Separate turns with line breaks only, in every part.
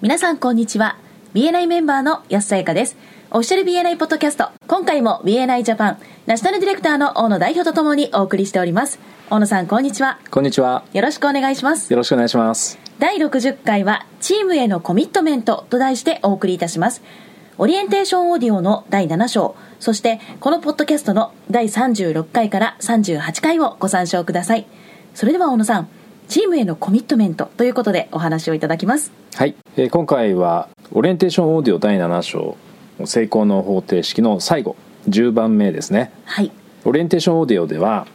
皆さんこんにちは BNI メンバーの安さやかですオフィシャル BNI ポッドキャスト今回も BNI ジャパンナショナルディレクターの大野代表とともにお送りしております大野さんこんにちは
こんにちは。
よろしくお願いします
よろしくお願いします。
第60回はチームへのコミットメントと題してお送りいたしますオリエンテーションオーディオの第7章そしてこのポッドキャストの第36回から38回をご参照くださいそれでは大野さんチームへのコミットメントということでお話をいただきます
はい、えー今回はオリエンテーションオーディオ第7章成功の方程式の最後10番目ですね。
はい
オリエンテーションオーディオでは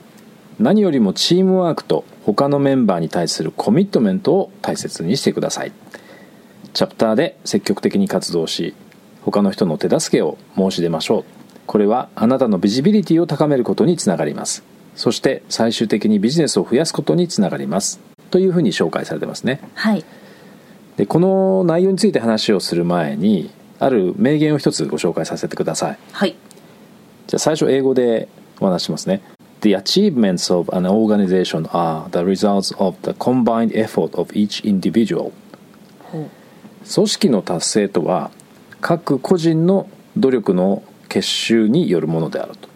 何よりもチームワークと他のメンバーに対するコミットメントを大切にしてください。チャプターで積極的に活動し他の人の手助けを申し出ましょうこれはあなたのビジビリティを高めることにつながりますそして最終的にビジネスを増やすことにつながりますというふうに紹介されてますね
はい
でこの内容について話をする前にある名言を一つご紹介させてください
はい
じゃあ最初英語でお話ししますね The achievements of an organization are the results of the combined effort of each individual
ほ
組織の達成とは各個人の努力の結集によるものであると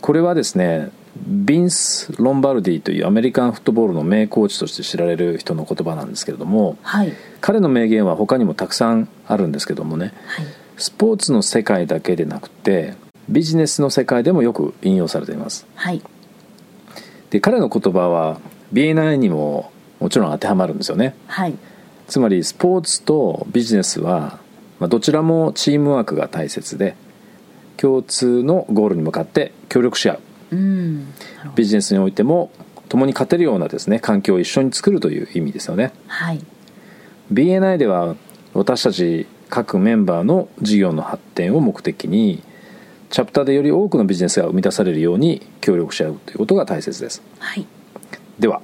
これはですねビンス・ロンバルディというアメリカンフットボールの名コーチとして知られる人の言葉なんですけれども
はい
彼の名言は他にもたくさんあるんですけどもね
はい
スポーツの世界だけでなくてビジネスの世界でもよく引用されています
はい
で彼の言葉は BNI にももちろん当てはまるんですよね
はい
つまりスポーツとビジネスはまあどちらもチームワークが大切で共通のゴールに向かって協力し合う
うんなるほど
ビジネスにおいても共に勝てるようなですね環境を一緒に作るという意味ですよね
はい
BNI では私たち各メンバーの事業の発展を目的にチャプターでより多くのビジネスが生み出されるように協力し合うということが大切です
はい
では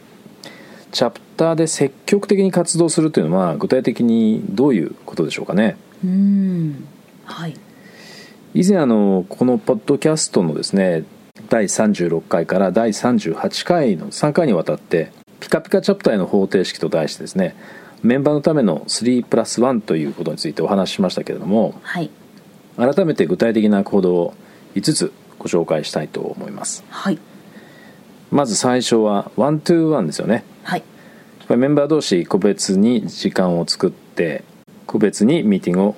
チャプターで積極的に活動するというのは具体的にどういうことでしょうかね
うんはい
以前あのこのポッドキャストのですね第36回から第38回の3回にわたって「ピカピカチャプターへの方程式」と題してですねメンバーのための3プラス1ということについてお話ししましたけれども
はい
改めて具体的な行動を5つご紹介したいと思います
はい
まず最初はワントゥーワンですよね
はい
やっぱりメンバー同士個別に時間を作って個別にミーティングを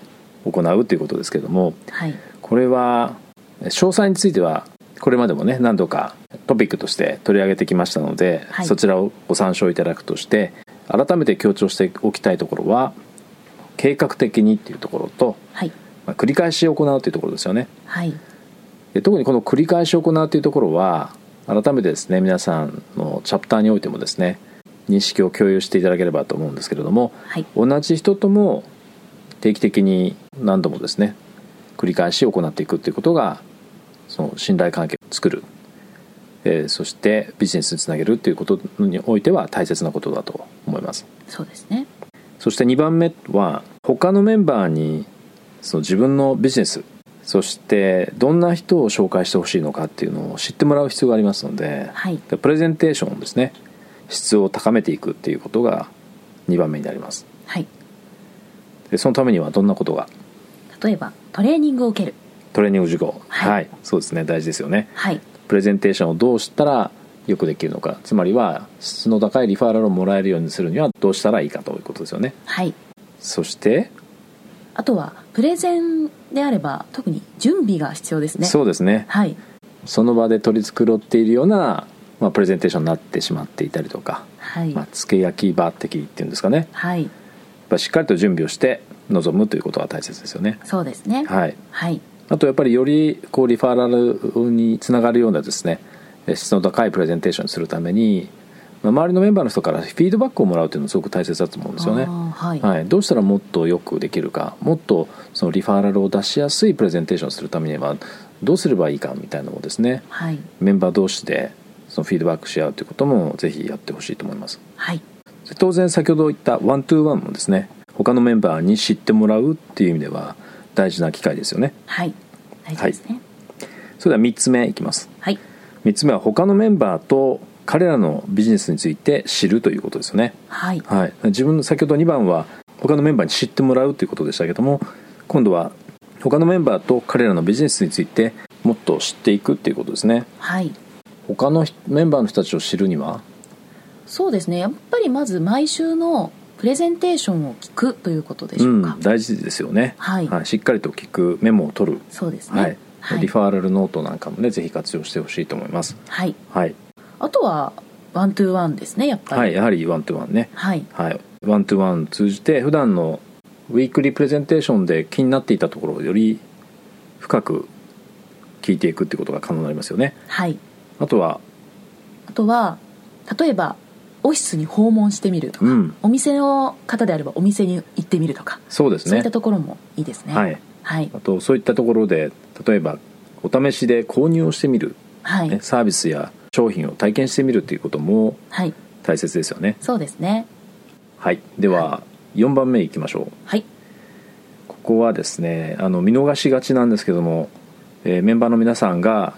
行うということですけれども
はい
これは詳細についてはこれまでもね何度かトピックとして取り上げてきましたので、
はい
そちらをご参照いただくとして改めて強調しておきたいところは計画的にっていうところと、
はい
まあ繰り返し行うというところですよね。
はい
で特にこの繰り返し行うというところは改めてですね皆さんのチャプターにおいてもですね認識を共有していただければと思うんですけれども
はい
同じ人とも定期的に何度もですね繰り返し行っていくということがその信頼関係を作る、えーそしてビジネスにつなげるということにおいては大切なことだと思います
そうですね
そして2番目は他のメンバーにその自分のビジネスそしてどんな人を紹介してほしいのかっていうのを知ってもらう必要がありますので、
はい
でプレゼンテーションをですね質を高めていくっていうことが2番目になります
はい
でそのためにはどんなことが
例えばトレーニングを受ける
トレーニング事項
はい
そうですね大事ですよね
はい
プレゼンテーションをどうしたらよくできるのかつまりは質の高いリファラルをもらえるようにするにはどうしたらいいかということですよね
はい
そして
あとはプレゼンであれば特に準備が必要ですね
そうですね
はい
その場で取り繕っているような、まあ、プレゼンテーションになってしまっていたりとか、
はい、
まあ、つけ焼き場的っていうんですかねやっ
はい
ぱしっかりと準備をして臨むということが大切ですよね
そうですね
はい
はい
あとやっぱりよりこうリファーラルにつながるようなですねえ質の高いプレゼンテーションをするためにまあ周りのメンバーの人からフィードバックをもらうというのがすごく大切だと思うんですよね
あーはい
はい、どうしたらもっとよくできるかもっとそのリファーラルを出しやすいプレゼンテーションをするためにはどうすればいいかみたいなのをですね
はい
メンバー同士でそのフィードバックし合うということもぜひやってほしいと思います
はい
で当然先ほど言ったワントゥーワンもですね他のメンバーに知ってもらうっていう意味では大事な機会ですよね
はい大事ですね
それでは3つ目いきます
はい
3つ目は他のメンバーと彼らのビジネスについて知るということですよね
はい
はい自分の先ほど2番は他のメンバーに知ってもらうということでしたけども今度は他のメンバーと彼らのビジネスについてもっと知っていくっていうことですね
はい
他の人メンバーの人たちを知るには
そうですねやっぱりまず毎週のプレゼンテーションを聞くということでしょうか、
ん、大事ですよね、
はい
しっかりと聞くメモを取る、
そうですね
はい
はい
リファーラルノートなんかもねぜひ活用してほしいと思います
はい
はい、
あとはワントゥーワンですねやっぱ
はい、
り
やはりワントゥワンね
はい
はいワントゥワン通じて普段のウィークリープレゼンテーションで気になっていたところをより深く聞いていくってことが可能になりますよね
はい
あとは
あとは例えばオフィスに訪問してみるとか、
うん
お店の方であればお店に行ってみるとか、
そうです
そうい
ね
ったところもいいですね
はい
はい
あとそういったところで例えばお試しで購入をしてみる、
はい、
ねサービスや商品を体験してみるっていうことも
はい、
大切ですよね
そうですね
はい、では
は
4番目いきましょう
はい
ここはですねあの見逃しがちなんですけども、えーメンバーの皆さんが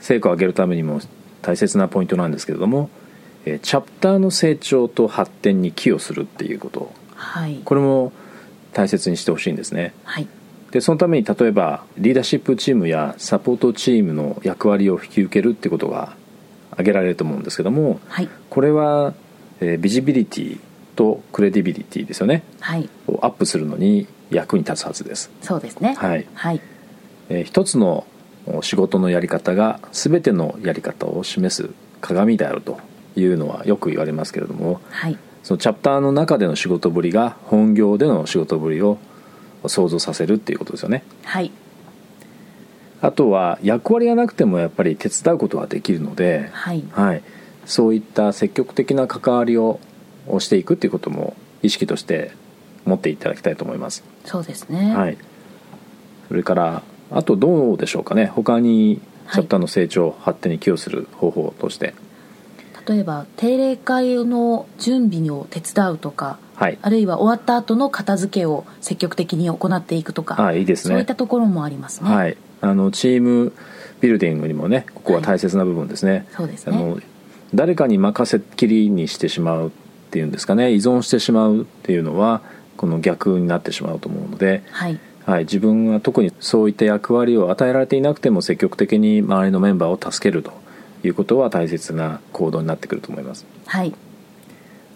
成果を上げるためにも大切なポイントなんですけれども、えーチャプターの成長と発展に寄与するっていうこと
はい
これも大切にしてほしいんですね
はい
でそのために例えばリーダーシップチームやサポートチームの役割を引き受けるってことが挙げられると思うんですけども
はい
これは、えービジビリティとクレディビリティですよね
はい
をアップするのに役に立つはずです、
そうですね
はい
はい
えー一つのお仕事のやり方が全てのやり方を示す鏡であるというのはよく言われますけれども
はい
そのチャプターの中での仕事ぶりが本業での仕事ぶりを想像させるっていうことですよね
はい
あとは役割がなくてもやっぱり手伝うことはできるので、
はい
はい、そういった積極的な関わりををしていくっていうことも意識として持っていただきたいと思います
そうですね
はい、それからあとどうでしょうかね他に
はい
チャプターの成長、発展に寄与する方法として
例えば定例会の準備を手伝うとか
はい
あるいは終わった後の片付けを積極的に行っていくとか、
あいいですね
そういったところもありますね、
はいあのチームビルディングにもねここは大切な部分ですね、
そうです
あ
ね
の誰かに任せっきりにしてしまうっていうんですかね依存してしまうっていうのはこの逆になってしまうと思うので、
はい
はい、自分は特にそういった役割を与えられていなくても積極的に周りのメンバーを助けるということは大切な行動になってくると思います
はい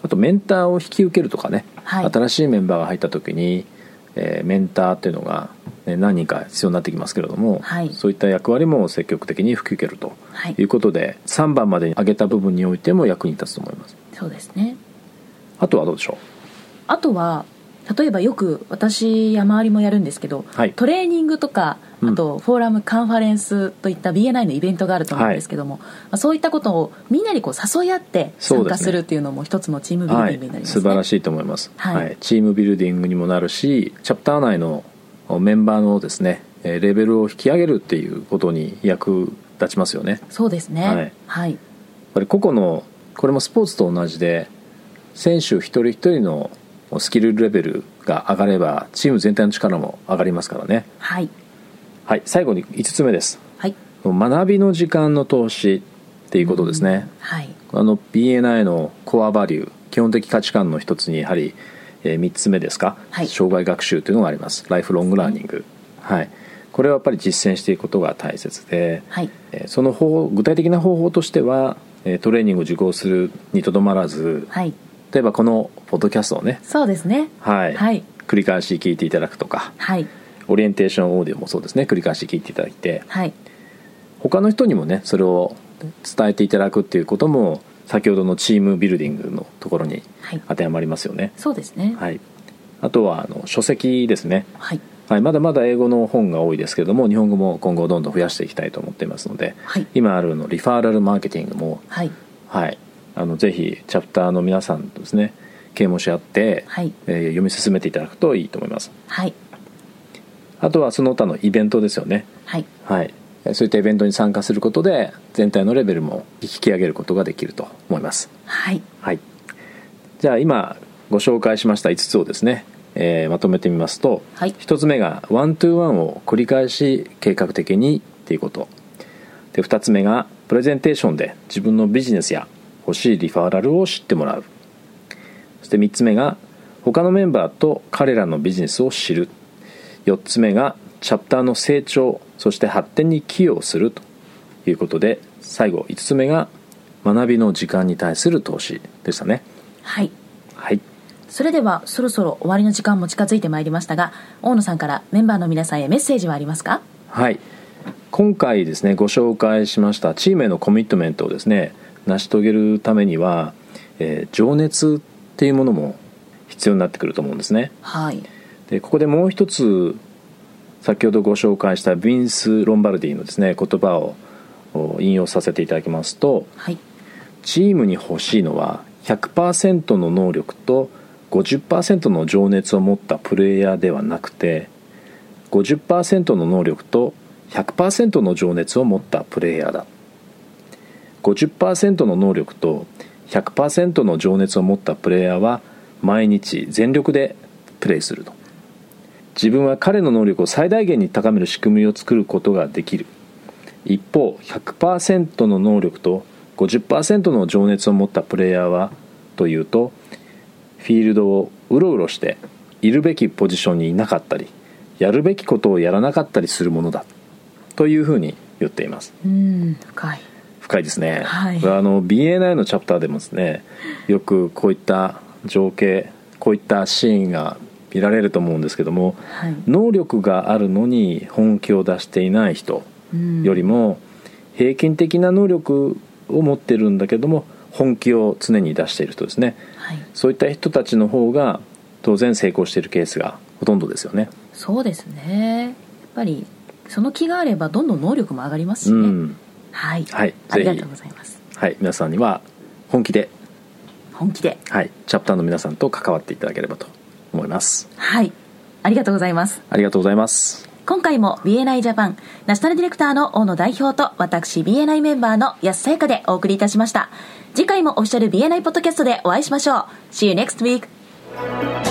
あとメンターを引き受けるとかね、
はい
新しいメンバーが入った時に、えーメンターっていうのが、ね、何人か必要になってきますけれども、
はい
そういった役割も積極的に引き受けると
はい
いうことで、3番までに挙げた部分においても役に立つと思います
そうですね
あとはどうでしょ
あとは例えばよく私や周りもやるんですけど、
はい
トレーニングとか
うん
あとフォーラム、カンファレンスといった BNI のイベントがあると思うんですけども、まあそういったことをみんなにこう誘い合って
そう
参
です
加
ね
するっていうのも一つのチーム
う
ビル
は
ディ
い
ングになります
素
ね、
晴らしいと思います、
はい
チームビルディングにもなるしチャプター内のメンバーのですねえーレベルを引き上げるっていうことに役立ちますよね
そうですね
はい
はい、
やっぱり個々のこれもスポーツと同じで選手一人一人のスキルレベルが上がればチーム全体の力も上がりますからね
はい
はい最後に5つ目です
はい
学びの時間の投資っていうことですね、
はい
あの BNI のコアバリュー基本的価値観の一つにやはり、え3つ目ですか、
はい
障害学習というのがありますライフロングラーニング、はいこれはやっぱり実践していくことが大切で、
はい
えーその方具体的な方法としてはえートレーニングを受講するにとどまらず
はい
例えばこのポッドキャストをね、
そうですね
はい
はい
繰り返し聞いていただくとか
はい
オリエンテーションオーディオもそうですね繰り返し聞いていただいて
はい
他の人にもねそれを伝えていただくっていうことも先ほどのチームビルディングのところに
はい
当てはまりますよね。
そうですね
はい、あとはあの書籍ですね、
はい
はい、まだまだ英語の本が多いですけれども日本語も今後どんどん増やしていきたいと思っていますので、
はい
今あるのリファーラルマーケティングも
はい
はい、あのぜひチャプターの皆さんとですね啓蒙し合って、
はい
えー読み進めていただくといいと思います
はい
あとはその他のイベントですよね
はい
はいえーそういったイベントに参加することで全体のレベルも引き上げることができると思います
はい
はいじゃあ今ご紹介しました5つをですね、えーまとめてみますと、
はい
1つ目がワントゥーワンを繰り返し計画的にっていうことで2つ目がプレゼンテーションで自分のビジネスや欲しいリファーラルを知ってもらうそして3つ目が他のメンバーと彼らのビジネスを知る4つ目がチャプターの成長そして発展に寄与するということで最後5つ目が学びの時間に対する投資でしたね
はい
はい
それではそろそろ終わりの時間も近づいてまいりましたが大野さんからメンバーの皆さんへメッセージはありますか
はい今回ですねご紹介しましたチームへのコミットメントをですね成し遂げるためには、えー情熱っていうものも必要になってくると思うんですね
はい
でここでもう一つ先ほどご紹介したヴィンス・ロンバルディのですね言葉をお引用させていただきますと
はい
チームに欲しいのは100%の能力と50%の情熱を持ったプレイヤーではなくて50%の能力と100%の情熱を持ったプレイヤーだ50%の能力と100%の情熱を持ったプレイヤーは毎日全力でプレイすると自分は彼の能力を最大限に高める仕組みを作ることができる一方100%の能力と50%の情熱を持ったプレイヤーはというとフィールドをうろうろしているべきポジションにいなかったりやるべきことをやらなかったりするものだというふうに言っています
うん深い
深いですね、
はい
これあの BNI のチャプターでもですねよくこういった情景こういったシーンが見られると思うんですけども
はい
能力があるのに本気を出していない人
うん
よりも平均的な能力を持ってるんだけども本気を常に出している人ですね
はい
そういった人たちの方が当然成功しているケースがほとんどですよね
そうですねやっぱりその気があればどんどん能力も上がりますし
う
ね、
ん
はい、
はい
ありがと
ぜ
う
ひ
ございます
はい皆さんには本気で
本気で
はいチャプターの皆さんと関わっていただければと思います
はいありがとうございます
ありがとうございます
今回も BNI ジャパンナショナルディレクターの大野代表と私 BNI メンバーの安さやかでお送りいたしました次回もオフィシャル BNI ポッドキャストでお会いしましょう See you next week